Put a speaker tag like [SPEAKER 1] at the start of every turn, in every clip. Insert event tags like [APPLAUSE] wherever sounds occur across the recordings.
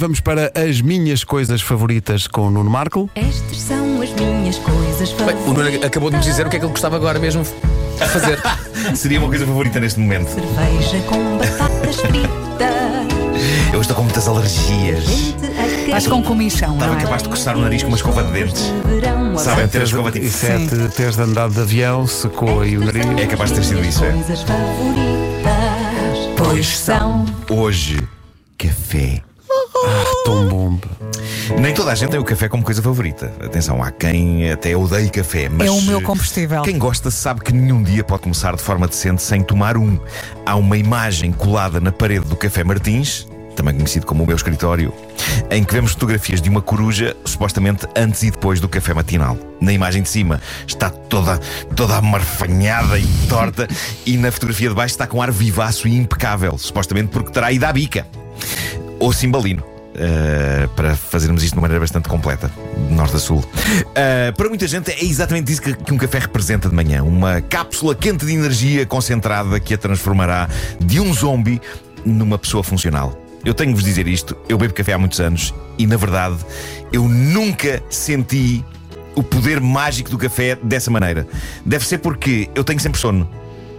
[SPEAKER 1] Vamos para as minhas coisas favoritas com o Nuno Marco.
[SPEAKER 2] Estas são as minhas coisas
[SPEAKER 3] Bem,
[SPEAKER 2] favoritas.
[SPEAKER 3] o Nuno acabou de nos dizer o que é que ele gostava agora mesmo de
[SPEAKER 4] [LAUGHS]
[SPEAKER 3] fazer.
[SPEAKER 4] Seria uma coisa favorita neste momento.
[SPEAKER 2] Cerveja com batatas fritas.
[SPEAKER 4] Eu estou com muitas alergias.
[SPEAKER 2] Gente a
[SPEAKER 5] Faz com comichão, não
[SPEAKER 4] Estava
[SPEAKER 5] é?
[SPEAKER 4] capaz de coçar o nariz com uma escova de dentes.
[SPEAKER 2] verão
[SPEAKER 4] Sabe, ter a escova tipo.
[SPEAKER 1] Isso é de teres andado de avião, secou aí o nariz.
[SPEAKER 4] É capaz de ter sido isso, é.
[SPEAKER 2] Coisas favoritas, pois são.
[SPEAKER 4] Hoje, café.
[SPEAKER 1] Tão bom.
[SPEAKER 4] Nem toda a gente tem o café como coisa favorita. Atenção, há quem até odeie café, mas. eh,
[SPEAKER 5] É o meu combustível.
[SPEAKER 4] Quem gosta sabe que nenhum dia pode começar de forma decente sem tomar um. Há uma imagem colada na parede do Café Martins, também conhecido como o meu escritório, em que vemos fotografias de uma coruja, supostamente antes e depois do café matinal. Na imagem de cima está toda, toda amarfanhada e torta, e na fotografia de baixo está com ar vivaço e impecável, supostamente porque terá ido à bica ou cimbalino. uh, para fazermos isto de uma maneira bastante completa, de norte a sul. Uh, para muita gente é exatamente isso que, que um café representa de manhã: uma cápsula quente de energia concentrada que a transformará de um zombie numa pessoa funcional. Eu tenho de vos dizer isto: eu bebo café há muitos anos e, na verdade, eu nunca senti o poder mágico do café dessa maneira. Deve ser porque eu tenho sempre sono.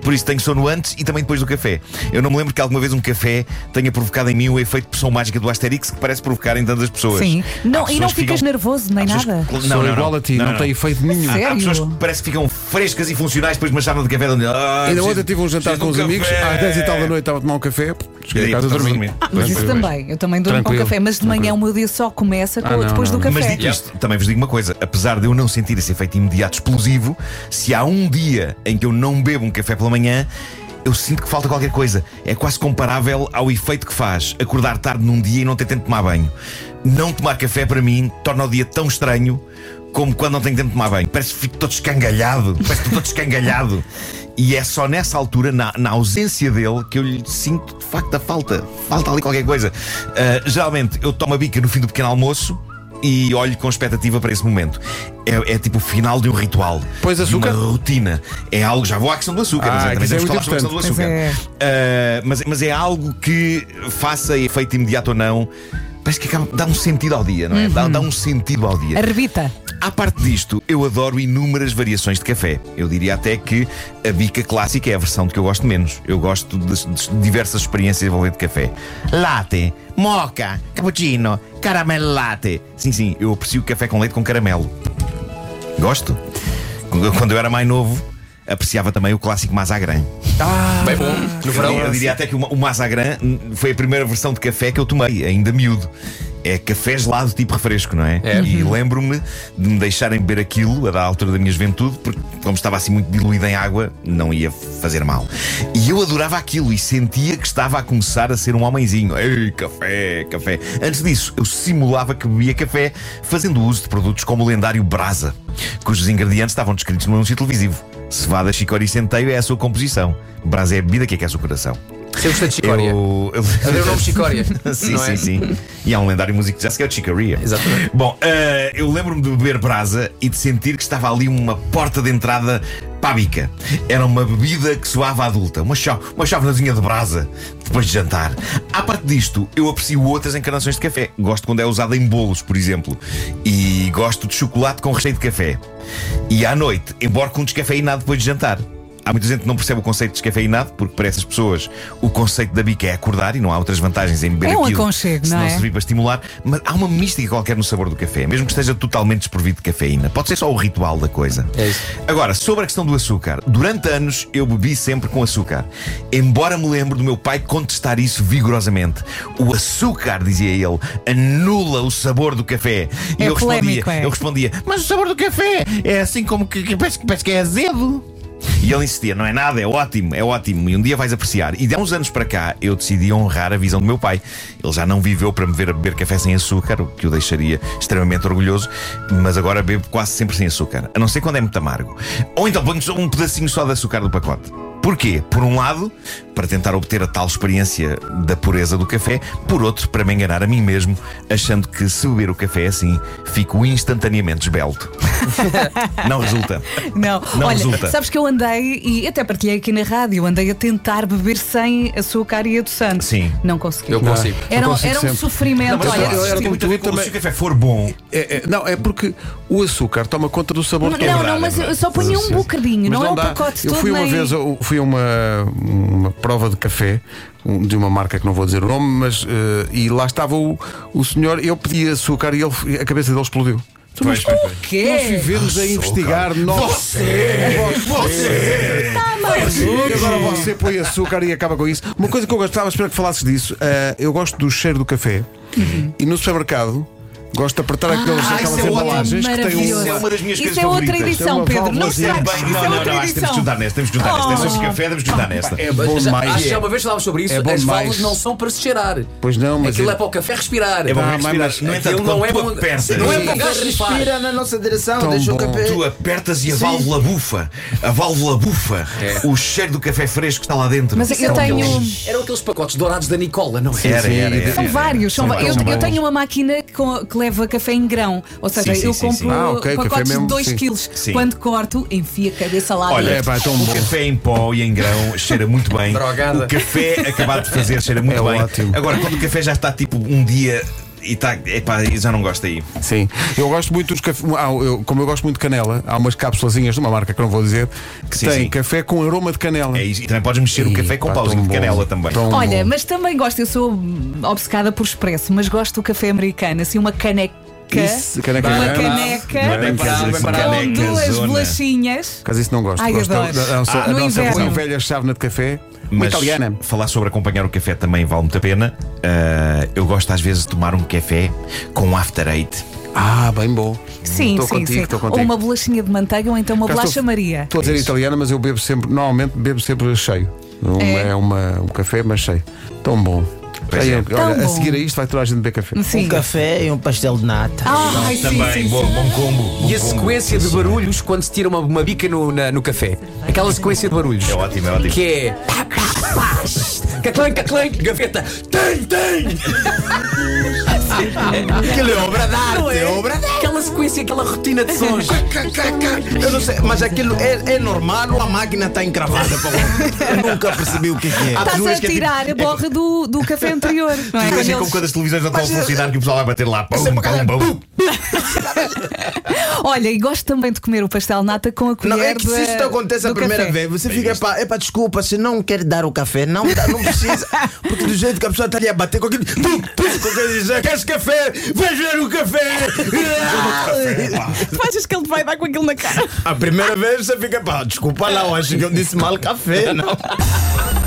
[SPEAKER 4] Por isso tenho sono antes e também depois do café. Eu não me lembro que alguma vez um café tenha provocado em mim o efeito de pressão mágica do Asterix que parece provocar em tantas pessoas.
[SPEAKER 5] Sim.
[SPEAKER 4] Há
[SPEAKER 5] Não, e
[SPEAKER 4] pessoas
[SPEAKER 5] não
[SPEAKER 4] que
[SPEAKER 5] ficas
[SPEAKER 4] ficam-
[SPEAKER 5] nervoso nem
[SPEAKER 4] há pessoas
[SPEAKER 5] nada.
[SPEAKER 4] que-
[SPEAKER 1] Sou igual a ti, não, tem efeito nenhum.
[SPEAKER 5] Sério?
[SPEAKER 4] Há há pessoas que parece que ficam frescas e funcionais depois de uma chamada de café. Onde, ah,
[SPEAKER 1] Ainda
[SPEAKER 4] preciso-
[SPEAKER 1] ontem tive um jantar
[SPEAKER 4] preciso
[SPEAKER 1] com
[SPEAKER 4] de
[SPEAKER 1] os
[SPEAKER 4] um
[SPEAKER 1] amigos,
[SPEAKER 4] café."
[SPEAKER 1] às 10 e tal da noite estava a tomar um café, cheguei
[SPEAKER 4] E
[SPEAKER 1] a
[SPEAKER 4] aí,
[SPEAKER 1] casa a
[SPEAKER 4] estás a
[SPEAKER 1] dormir.
[SPEAKER 4] dormir.
[SPEAKER 5] Mas isso
[SPEAKER 1] Tranquilo.
[SPEAKER 5] também. Eu também durmo com
[SPEAKER 1] Tranquilo,
[SPEAKER 5] café, mas de manhã
[SPEAKER 1] tranquilo.
[SPEAKER 5] o meu dia só começa com-
[SPEAKER 1] Ah, não,
[SPEAKER 5] depois do
[SPEAKER 1] não,
[SPEAKER 4] Mas
[SPEAKER 5] café.
[SPEAKER 4] dito isto, também vos digo uma coisa: apesar de eu não sentir esse efeito imediato explosivo, se há um dia em que eu não bebo um café pela manhã, eu sinto que falta qualquer coisa. É quase comparável ao efeito que faz acordar tarde num dia e não ter tempo de tomar banho. Não tomar café para mim torna o dia tão estranho como quando não tenho tempo de tomar banho. Parece que fico todo escangalhado, parece que estou todo escangalhado. E é só nessa altura, na, na ausência dele, que eu lhe sinto de facto a falta. Falta ali qualquer coisa. Ah, geralmente eu tomo a bica no fim do pequeno almoço e olho com expectativa para esse momento. É, é tipo o final de um ritual.
[SPEAKER 1] Pões
[SPEAKER 4] de
[SPEAKER 1] açúcar?
[SPEAKER 4] Uma rotina. É algo. Já vou à questão do açúcar,
[SPEAKER 1] Ah,
[SPEAKER 4] mas também
[SPEAKER 1] isso é
[SPEAKER 4] temos que falar
[SPEAKER 1] muito
[SPEAKER 4] sobre a questão do açúcar.
[SPEAKER 5] Pois
[SPEAKER 4] Ah, mas, mas é algo que, faça efeito imediato ou não, parece que acaba, dá um sentido ao dia, não é?
[SPEAKER 1] Uhum.
[SPEAKER 4] Dá, dá um sentido ao dia.
[SPEAKER 1] [LAUGHS]
[SPEAKER 5] Arrebita.
[SPEAKER 4] À parte disto, eu adoro inúmeras variações de café. Eu diria até que a bica clássica é a versão de que eu gosto menos. Eu gosto de, de diversas experiências envolvendo café. Latte, moca, cappuccino, caramelo latte. Sim, sim, eu aprecio café com leite com caramelo. Gosto. Quando quando eu era mais novo, apreciava também o clássico Mazagran.
[SPEAKER 3] Bem um bom, no verão. assim.
[SPEAKER 4] Eu diria até que o, ma- o Mazagran hum, foi a primeira versão de café que eu tomei, ainda miúdo. É café gelado tipo refresco, não é?
[SPEAKER 3] É.
[SPEAKER 4] E lembro-me de me deixarem beber aquilo a da altura da minha juventude, porque como estava assim muito diluído em água, não ia fazer mal. E eu adorava aquilo e sentia que estava a começar a ser um homenzinho. Ei, café, café. Antes disso, eu simulava que bebia café fazendo uso de produtos como o lendário Brasa, cujos ingredientes estavam descritos no anúncio televisivo. Cevada, chicória e centeio é a sua composição. Brasa é a bebida que aquece o coração.
[SPEAKER 3] Sempre gostei de Chicória.
[SPEAKER 4] Eu- [LAUGHS] eu-
[SPEAKER 3] Adorei o nome Chicória.
[SPEAKER 4] sim,
[SPEAKER 3] não
[SPEAKER 4] sim,
[SPEAKER 3] é?
[SPEAKER 4] sim. E há um lendário músico que já se que é o Chicoria.
[SPEAKER 3] Exatamente.
[SPEAKER 4] Bom, eh, eu lembro-me de beber brasa e de sentir que estava ali uma porta de entrada pábica. Era uma bebida que soava adulta, uma, chá, uma chávenazinha de brasa depois de jantar. À parte disto, eu aprecio outras encarnações de café. Gosto quando é usada em bolos, por exemplo. E gosto de chocolate com recheio de café. E à noite, embora com descafeinado depois de jantar. Há muita gente que não percebe o conceito de descafeinado, porque para essas pessoas o conceito da bica é acordar e não há outras vantagens em beber
[SPEAKER 5] É um
[SPEAKER 4] aquilo.
[SPEAKER 5] aconchego,
[SPEAKER 4] se
[SPEAKER 5] não é?
[SPEAKER 4] servir para estimular. Mas há uma mística qualquer no sabor do café, mesmo que esteja totalmente desprovido de cafeína. Pode ser só o ritual da coisa.
[SPEAKER 3] É isso.
[SPEAKER 4] Agora, sobre a questão do açúcar. Durante anos eu bebi sempre com açúcar. Embora me lembre do meu pai contestar isso vigorosamente. O açúcar, dizia ele, anula o sabor do café.
[SPEAKER 5] É
[SPEAKER 4] e eu
[SPEAKER 5] polémico,
[SPEAKER 4] respondia,
[SPEAKER 5] é.
[SPEAKER 4] eu respondia, mas o sabor do café é assim como que, que parece, que parece que é azedo. E ele insistia, não é nada, é ótimo, é ótimo, e um dia vais apreciar. E de há uns anos para cá eu decidi honrar a visão do meu pai. Ele já não viveu para me ver a beber café sem açúcar, o que o deixaria extremamente orgulhoso, mas agora bebo quase sempre sem açúcar, a não ser quando é muito amargo. Ou então ponho só um pedacinho só de açúcar do pacote. Porquê? Por um lado, para tentar obter a tal experiência da pureza do café, por outro, para me enganar a mim mesmo, achando que se beber o café assim, fico instantaneamente
[SPEAKER 5] [LAUGHS]
[SPEAKER 4] esbelto. Não resulta.
[SPEAKER 5] Não,
[SPEAKER 4] Não
[SPEAKER 5] olha,
[SPEAKER 4] resulta.
[SPEAKER 5] sabes que eu andei e até partilhei aqui na rádio, andei a tentar beber sem açúcar e adoçante.
[SPEAKER 4] Sim.
[SPEAKER 5] Não consegui.
[SPEAKER 3] Eu consigo.
[SPEAKER 5] Era,
[SPEAKER 1] Eu
[SPEAKER 5] um-
[SPEAKER 1] consigo
[SPEAKER 5] era um
[SPEAKER 1] sempre.
[SPEAKER 5] sofrimento.
[SPEAKER 1] mas
[SPEAKER 5] olha,
[SPEAKER 1] eu- eu era
[SPEAKER 4] se
[SPEAKER 1] como tu,
[SPEAKER 4] muita-
[SPEAKER 1] também-
[SPEAKER 4] se o café for bom,
[SPEAKER 1] É, é, não, é porque o açúcar toma conta do sabor
[SPEAKER 5] Não,
[SPEAKER 1] todo.
[SPEAKER 5] não,
[SPEAKER 4] verdade,
[SPEAKER 5] mas
[SPEAKER 4] é
[SPEAKER 5] eu só ponho um bocadinho,
[SPEAKER 1] Mas
[SPEAKER 5] não, é um
[SPEAKER 1] dá.
[SPEAKER 5] pacote
[SPEAKER 1] Eu
[SPEAKER 5] todo.
[SPEAKER 1] fui uma
[SPEAKER 5] nem-
[SPEAKER 1] vez, eu fui a uma, uma prova de café um- de uma marca que não vou dizer o nome, mas eh, e lá estava o, o senhor, eu pedi açúcar e ele- a cabeça dele explodiu. Tu, mas
[SPEAKER 4] Pois, pois,
[SPEAKER 1] por quê? Nós vivemos a investigar nós. Você! E agora você põe açúcar e acaba com isso. Uma coisa que eu gostava, espero que falasses disso. eh, eu gosto do cheiro do café e no supermercado gosto de apertar aqueles,
[SPEAKER 4] isso
[SPEAKER 1] aquelas
[SPEAKER 4] é ótimo.
[SPEAKER 1] embalagens que têm
[SPEAKER 5] Maravilhoso.
[SPEAKER 4] Isso é
[SPEAKER 1] um.
[SPEAKER 4] uma das minhas
[SPEAKER 5] Isso
[SPEAKER 4] coisas
[SPEAKER 5] é outra
[SPEAKER 4] favoritas.
[SPEAKER 1] É
[SPEAKER 5] edição,
[SPEAKER 1] uma
[SPEAKER 5] Pedro. Não
[SPEAKER 1] válvula
[SPEAKER 4] Sim,
[SPEAKER 5] estragues.
[SPEAKER 4] bem,
[SPEAKER 5] Isso é
[SPEAKER 4] não, não,
[SPEAKER 5] outra
[SPEAKER 4] não, acho que
[SPEAKER 5] Oh.
[SPEAKER 4] temos que
[SPEAKER 5] edição.
[SPEAKER 4] juntar nesta, temos que juntar nesta. É Essas de café, temos que juntar nesta.
[SPEAKER 1] É bom
[SPEAKER 3] Já- Acho
[SPEAKER 1] demais.
[SPEAKER 3] que já uma vez falámos sobre isso.
[SPEAKER 1] É bom
[SPEAKER 3] As válvulas
[SPEAKER 1] demais.
[SPEAKER 3] não são para se cheirar.
[SPEAKER 1] Pois não, mas
[SPEAKER 3] Aquilo
[SPEAKER 1] eu-
[SPEAKER 3] é para o café respirar.
[SPEAKER 4] É bom
[SPEAKER 1] Ah, mas-
[SPEAKER 4] respirar.
[SPEAKER 1] mas
[SPEAKER 4] No entanto,
[SPEAKER 3] aquilo
[SPEAKER 4] quando
[SPEAKER 3] não é
[SPEAKER 4] tu
[SPEAKER 3] bom-
[SPEAKER 4] apertas,
[SPEAKER 3] não é
[SPEAKER 4] Sim.
[SPEAKER 3] bom. gajo
[SPEAKER 6] respira
[SPEAKER 3] repara.
[SPEAKER 6] na nossa direção,
[SPEAKER 1] Tão
[SPEAKER 6] deixa o
[SPEAKER 1] bom.
[SPEAKER 6] café.
[SPEAKER 4] Tu apertas e a válvula bufa. A válvula bufa.
[SPEAKER 3] É.
[SPEAKER 4] O cheiro do café fresco que está lá dentro.
[SPEAKER 5] Mas eu
[SPEAKER 4] São
[SPEAKER 5] tenho.
[SPEAKER 4] aqueles-
[SPEAKER 3] Eram aqueles pacotes dourados da Nicola, não é?
[SPEAKER 4] Era, era, era.
[SPEAKER 5] São vários, são va- eu,
[SPEAKER 4] vários.
[SPEAKER 5] eu tenho uma máquina com- que leva café em grão, ou seja,
[SPEAKER 4] Sim, sim,
[SPEAKER 5] eu
[SPEAKER 4] sim,
[SPEAKER 5] compro
[SPEAKER 4] sim.
[SPEAKER 1] Ah, ok, o café
[SPEAKER 5] pacotes
[SPEAKER 1] mesmo,
[SPEAKER 5] de 2
[SPEAKER 1] sim.
[SPEAKER 5] quilos.
[SPEAKER 4] Sim.
[SPEAKER 5] Quando corto, enfio a cabeça lá
[SPEAKER 4] Olha,
[SPEAKER 5] dentro.
[SPEAKER 1] É, pá, tão
[SPEAKER 4] o
[SPEAKER 1] bom.
[SPEAKER 4] café em pó e em grão cheira muito bem.
[SPEAKER 3] Drogada.
[SPEAKER 4] O café acabado de fazer cheira muito
[SPEAKER 1] É
[SPEAKER 4] bem.
[SPEAKER 1] ótimo.
[SPEAKER 4] Agora, quando o café já está tipo um dia e está. Epá, eu já não gosto aí.
[SPEAKER 1] Sim, eu gosto muito dos cafés. como eu gosto muito de canela, há umas cápsulazinhas de uma marca que não vou dizer que
[SPEAKER 4] Sim,
[SPEAKER 1] tem
[SPEAKER 4] sim.
[SPEAKER 1] café com aroma de canela.
[SPEAKER 4] É isso. E também podes mexer o café com
[SPEAKER 1] Epá,
[SPEAKER 4] pauzinho
[SPEAKER 1] tão
[SPEAKER 4] de
[SPEAKER 1] bom.
[SPEAKER 4] canela também.
[SPEAKER 1] Tão bom.
[SPEAKER 5] Olha, mas também gosto, eu sou hum, obcecada por expresso, mas gosto do café americano, assim, uma caneca.
[SPEAKER 1] Isso, caneca
[SPEAKER 5] é? uma
[SPEAKER 1] grande.
[SPEAKER 5] caneca
[SPEAKER 4] É
[SPEAKER 1] Bem
[SPEAKER 4] Canecas,
[SPEAKER 1] parado, bem parado.
[SPEAKER 5] com
[SPEAKER 4] canecas,
[SPEAKER 5] duas
[SPEAKER 4] zona.
[SPEAKER 5] bolachinhas.
[SPEAKER 1] Caso isso não gosto.
[SPEAKER 5] Ai,
[SPEAKER 1] gosto da,
[SPEAKER 5] adoro.
[SPEAKER 1] da, da nossa,
[SPEAKER 5] Ah,
[SPEAKER 1] a
[SPEAKER 5] no
[SPEAKER 1] nossa
[SPEAKER 5] inverno.
[SPEAKER 1] boa e velha chávena de café uma
[SPEAKER 4] Mas
[SPEAKER 1] italiana.
[SPEAKER 4] falar sobre acompanhar o café também vale muito a pena. Ah, eu gosto às vezes de tomar um café com um after eight.
[SPEAKER 1] Ah, bem bom.
[SPEAKER 5] Sim,
[SPEAKER 1] Estou
[SPEAKER 5] sim,
[SPEAKER 1] contigo,
[SPEAKER 5] sim.
[SPEAKER 1] estou
[SPEAKER 5] Ou
[SPEAKER 1] contigo.
[SPEAKER 5] uma bolachinha de manteiga ou então uma
[SPEAKER 1] Cá estou-
[SPEAKER 5] bolacha Maria.
[SPEAKER 1] Estou a
[SPEAKER 4] É
[SPEAKER 1] dizer italiana, mas eu bebo sempre, normalmente bebo sempre cheio. Um-
[SPEAKER 5] É.
[SPEAKER 1] é uma, um café, mas cheio. Tão bom.
[SPEAKER 4] Pois
[SPEAKER 1] Aí,
[SPEAKER 4] é.
[SPEAKER 1] olha,
[SPEAKER 5] Tão
[SPEAKER 1] a
[SPEAKER 5] bom.
[SPEAKER 1] seguir a isto vai toda a gente beber café.
[SPEAKER 5] Sim.
[SPEAKER 6] Um café e um pastel de nata.
[SPEAKER 5] Ah, ai, sim,
[SPEAKER 4] também,
[SPEAKER 5] sim,
[SPEAKER 4] bom,
[SPEAKER 5] sim.
[SPEAKER 4] bom combo. bom
[SPEAKER 3] E a
[SPEAKER 4] combo.
[SPEAKER 3] sequência de barulhos quando se tira uma, uma bica no, na- no café. Aquela sequência de barulhos.
[SPEAKER 4] É ótimo, é ótimo.
[SPEAKER 3] Que é. pá, pá, pá, Caclan, caclan, gaveta. Tem, tem!
[SPEAKER 6] Aquilo é obra de arte, é obra de
[SPEAKER 3] Aquela sequência, aquela rotina de
[SPEAKER 4] [LAUGHS]
[SPEAKER 3] sons.
[SPEAKER 6] Eu não sei, mas aquilo é, é normal ou a máquina está encravada? pá? Eu nunca percebi o que que é.
[SPEAKER 5] Estás
[SPEAKER 4] Duas
[SPEAKER 5] a
[SPEAKER 4] que é tipo-
[SPEAKER 5] tirar a borra do, do café anterior, não é?
[SPEAKER 4] Imagina
[SPEAKER 5] Quando
[SPEAKER 4] como
[SPEAKER 5] eles-
[SPEAKER 4] assim quando as televisões não estão a velocidade que o pessoal vai bater lá. Pum, pum, pum.
[SPEAKER 5] Olha, e gosto também de comer o pastel de nata com a colher
[SPEAKER 6] Não, é que
[SPEAKER 5] do-
[SPEAKER 6] se isso te acontece a
[SPEAKER 5] do
[SPEAKER 6] primeira
[SPEAKER 5] café.
[SPEAKER 6] vez, você
[SPEAKER 4] Bem
[SPEAKER 6] fica,
[SPEAKER 4] visto.
[SPEAKER 6] pá, epá, desculpa, se não quer dar o café, não, dá, não precisa. Porque do jeito que a pessoa está ali a bater com aquilo, tum, tum, com aquele dizer, queres café? Vais ver o café!
[SPEAKER 5] Tu achas que ele te vai dar com aquilo na cara?
[SPEAKER 6] a primeira vez você fica, pá, desculpa lá, eu acho que eu disse mal café, não.